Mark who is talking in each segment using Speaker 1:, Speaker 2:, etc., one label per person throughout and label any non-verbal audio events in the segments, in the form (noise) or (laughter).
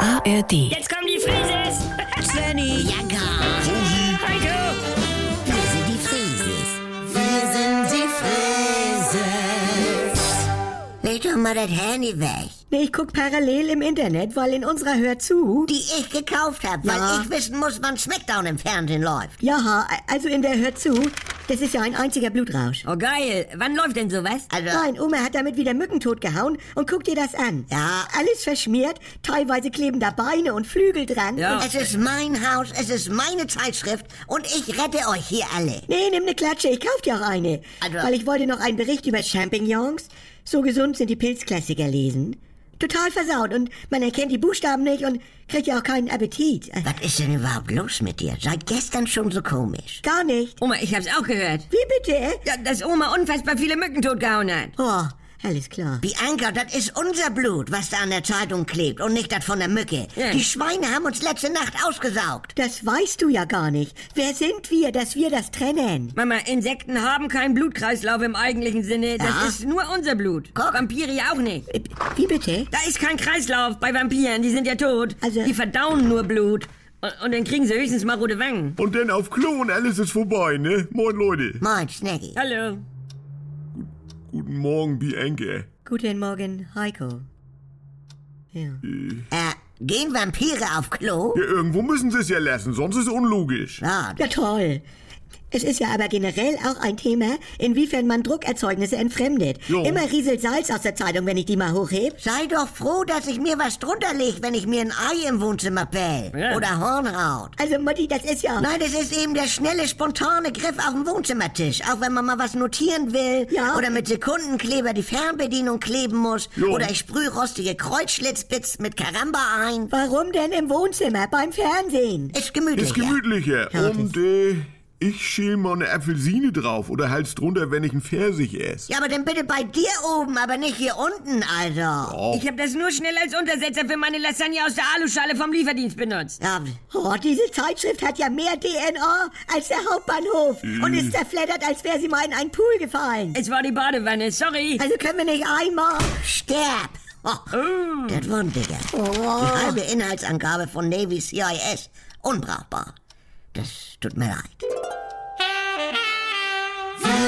Speaker 1: ARD.
Speaker 2: Jetzt kommen die Frises!
Speaker 3: Svenny. Ja, gar.
Speaker 2: Heiko!
Speaker 3: Wir sind die Frieses. Wir sind die Frieses. Leg doch mal das Handy weg.
Speaker 4: Nee, ich guck parallel im Internet, weil in unserer Hör zu.
Speaker 3: Die ich gekauft habe,
Speaker 4: Ja.
Speaker 3: weil ich wissen muss, wann Smackdown im Fernsehen läuft.
Speaker 4: Ja, also in der Hör zu, das ist ja ein einziger Blutrausch.
Speaker 2: Oh geil, wann läuft denn sowas?
Speaker 3: Also,
Speaker 4: Nein, Oma hat damit wieder Mücken totgehauen und guck dir das an.
Speaker 3: Ja.
Speaker 4: Alles verschmiert, teilweise kleben da Beine und Flügel dran.
Speaker 2: Ja.
Speaker 3: es ist mein Haus, es ist meine Zeitschrift und ich rette euch hier alle.
Speaker 4: Nee, nimm ne Klatsche, ich kauf dir auch eine.
Speaker 3: Also-
Speaker 4: Weil ich wollte noch einen Bericht über Champignons. So gesund sind die Pilzklassiker lesen. Total versaut und man erkennt die Buchstaben nicht und kriegt ja auch keinen Appetit. Äh,
Speaker 3: Was ist denn überhaupt los mit dir? Seit gestern schon so komisch.
Speaker 4: Gar nicht.
Speaker 2: Oma, ich hab's auch gehört.
Speaker 4: Wie bitte?
Speaker 2: Ja, dass Oma unfassbar viele Mücken totgehauen hat.
Speaker 4: Oh, alles klar.
Speaker 3: Bianca, das ist unser Blut, was da an der Zeitung klebt und nicht das von der Mücke.
Speaker 2: Ja.
Speaker 3: Die Schweine haben uns letzte Nacht ausgesaugt.
Speaker 4: Das weißt du ja gar nicht. Wer sind wir, dass wir das trennen?
Speaker 2: Mama, Insekten haben keinen Blutkreislauf im eigentlichen Sinne. Das
Speaker 3: Ja.
Speaker 2: ist nur unser Blut.
Speaker 3: Guck.
Speaker 2: Vampire ja auch nicht.
Speaker 4: Äh, Wie bitte?
Speaker 2: Da ist kein Kreislauf bei Vampiren, die sind ja tot.
Speaker 4: Also-
Speaker 2: die verdauen nur Blut. Und, und dann kriegen sie höchstens mal rote Wangen.
Speaker 5: Und dann auf Klo und alles ist vorbei, ne? Moin Leute.
Speaker 3: Moin, Snaggy.
Speaker 2: Hallo.
Speaker 5: Guten Morgen, Bianca.
Speaker 4: Guten Morgen, Heiko. Ja.
Speaker 3: Äh, gehen Vampire auf Klo?
Speaker 5: Ja, irgendwo müssen sie es ja lassen, sonst ist es unlogisch.
Speaker 3: Ja,
Speaker 4: Ja, toll. Es ist ja aber generell auch ein Thema, inwiefern man Druckerzeugnisse entfremdet.
Speaker 5: Jo.
Speaker 4: Immer rieselt Salz aus der Zeitung, wenn ich die mal hochheb.
Speaker 3: sei doch froh, dass ich mir was drunter leg, wenn ich mir ein Ei im Wohnzimmer bell.
Speaker 2: Ja.
Speaker 3: Oder Hornhaut.
Speaker 4: Also, Mutti, das ist ja...
Speaker 3: Nein, das ist eben der schnelle, spontane Griff auf dem Wohnzimmertisch. Auch wenn man mal was notieren will
Speaker 4: Ja.
Speaker 3: oder mit Sekundenkleber die Fernbedienung kleben muss
Speaker 5: Jo.
Speaker 3: oder ich sprühe rostige Kreuzschlitzbits mit Karamba ein.
Speaker 4: Warum denn im Wohnzimmer, beim Fernsehen?
Speaker 3: Ist gemütlich.
Speaker 5: Ist gemütlicher. und äh, ich schäle mal eine Apfelsine drauf oder halt's drunter, wenn ich einen Pfirsich esse.
Speaker 3: Ja, aber dann bitte bei dir oben, aber nicht hier unten, also.
Speaker 5: Oh.
Speaker 2: Ich habe das nur schnell als Untersetzer für meine Lasagne aus der Aluschale vom Lieferdienst benutzt.
Speaker 3: Ja,
Speaker 4: Oh, diese Zeitschrift hat ja mehr DNA als der Hauptbahnhof und ist zerfleddert, als wäre sie mal in einen Pool gefallen.
Speaker 2: Es war die Badewanne, sorry.
Speaker 4: Also können wir nicht einmal...
Speaker 3: sterb! (laughs) Oh, Das war ein Digger.
Speaker 4: Oh.
Speaker 3: Die halbe Inhaltsangabe von Navy CIS. Unbrauchbar. Das tut mir leid.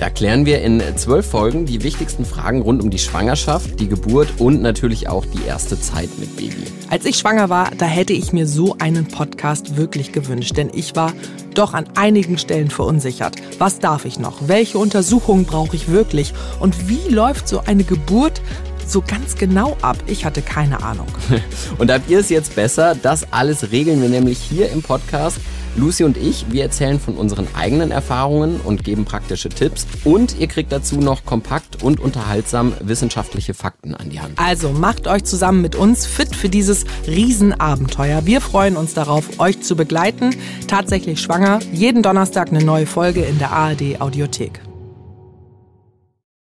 Speaker 6: Da klären wir in zwölf Folgen die wichtigsten Fragen rund um die Schwangerschaft, die Geburt und natürlich auch die erste Zeit mit Baby.
Speaker 7: Als ich schwanger war, da hätte ich mir so einen Podcast wirklich gewünscht, denn ich war doch an einigen Stellen verunsichert. Was darf ich noch? Welche Untersuchungen brauche ich wirklich? Und wie läuft so eine Geburt so ganz genau ab? Ich hatte keine Ahnung.
Speaker 6: Und habt ihr es jetzt besser? Das alles regeln wir nämlich hier im Podcast. Lucy und ich, wir erzählen von unseren eigenen Erfahrungen und geben praktische Tipps. Und ihr kriegt dazu noch kompakt und unterhaltsam wissenschaftliche Fakten an die Hand.
Speaker 7: Also macht euch zusammen mit uns fit für dieses Riesenabenteuer. Wir freuen uns darauf, euch zu begleiten. Tatsächlich schwanger. Jeden Donnerstag eine neue Folge in der ARD Audiothek.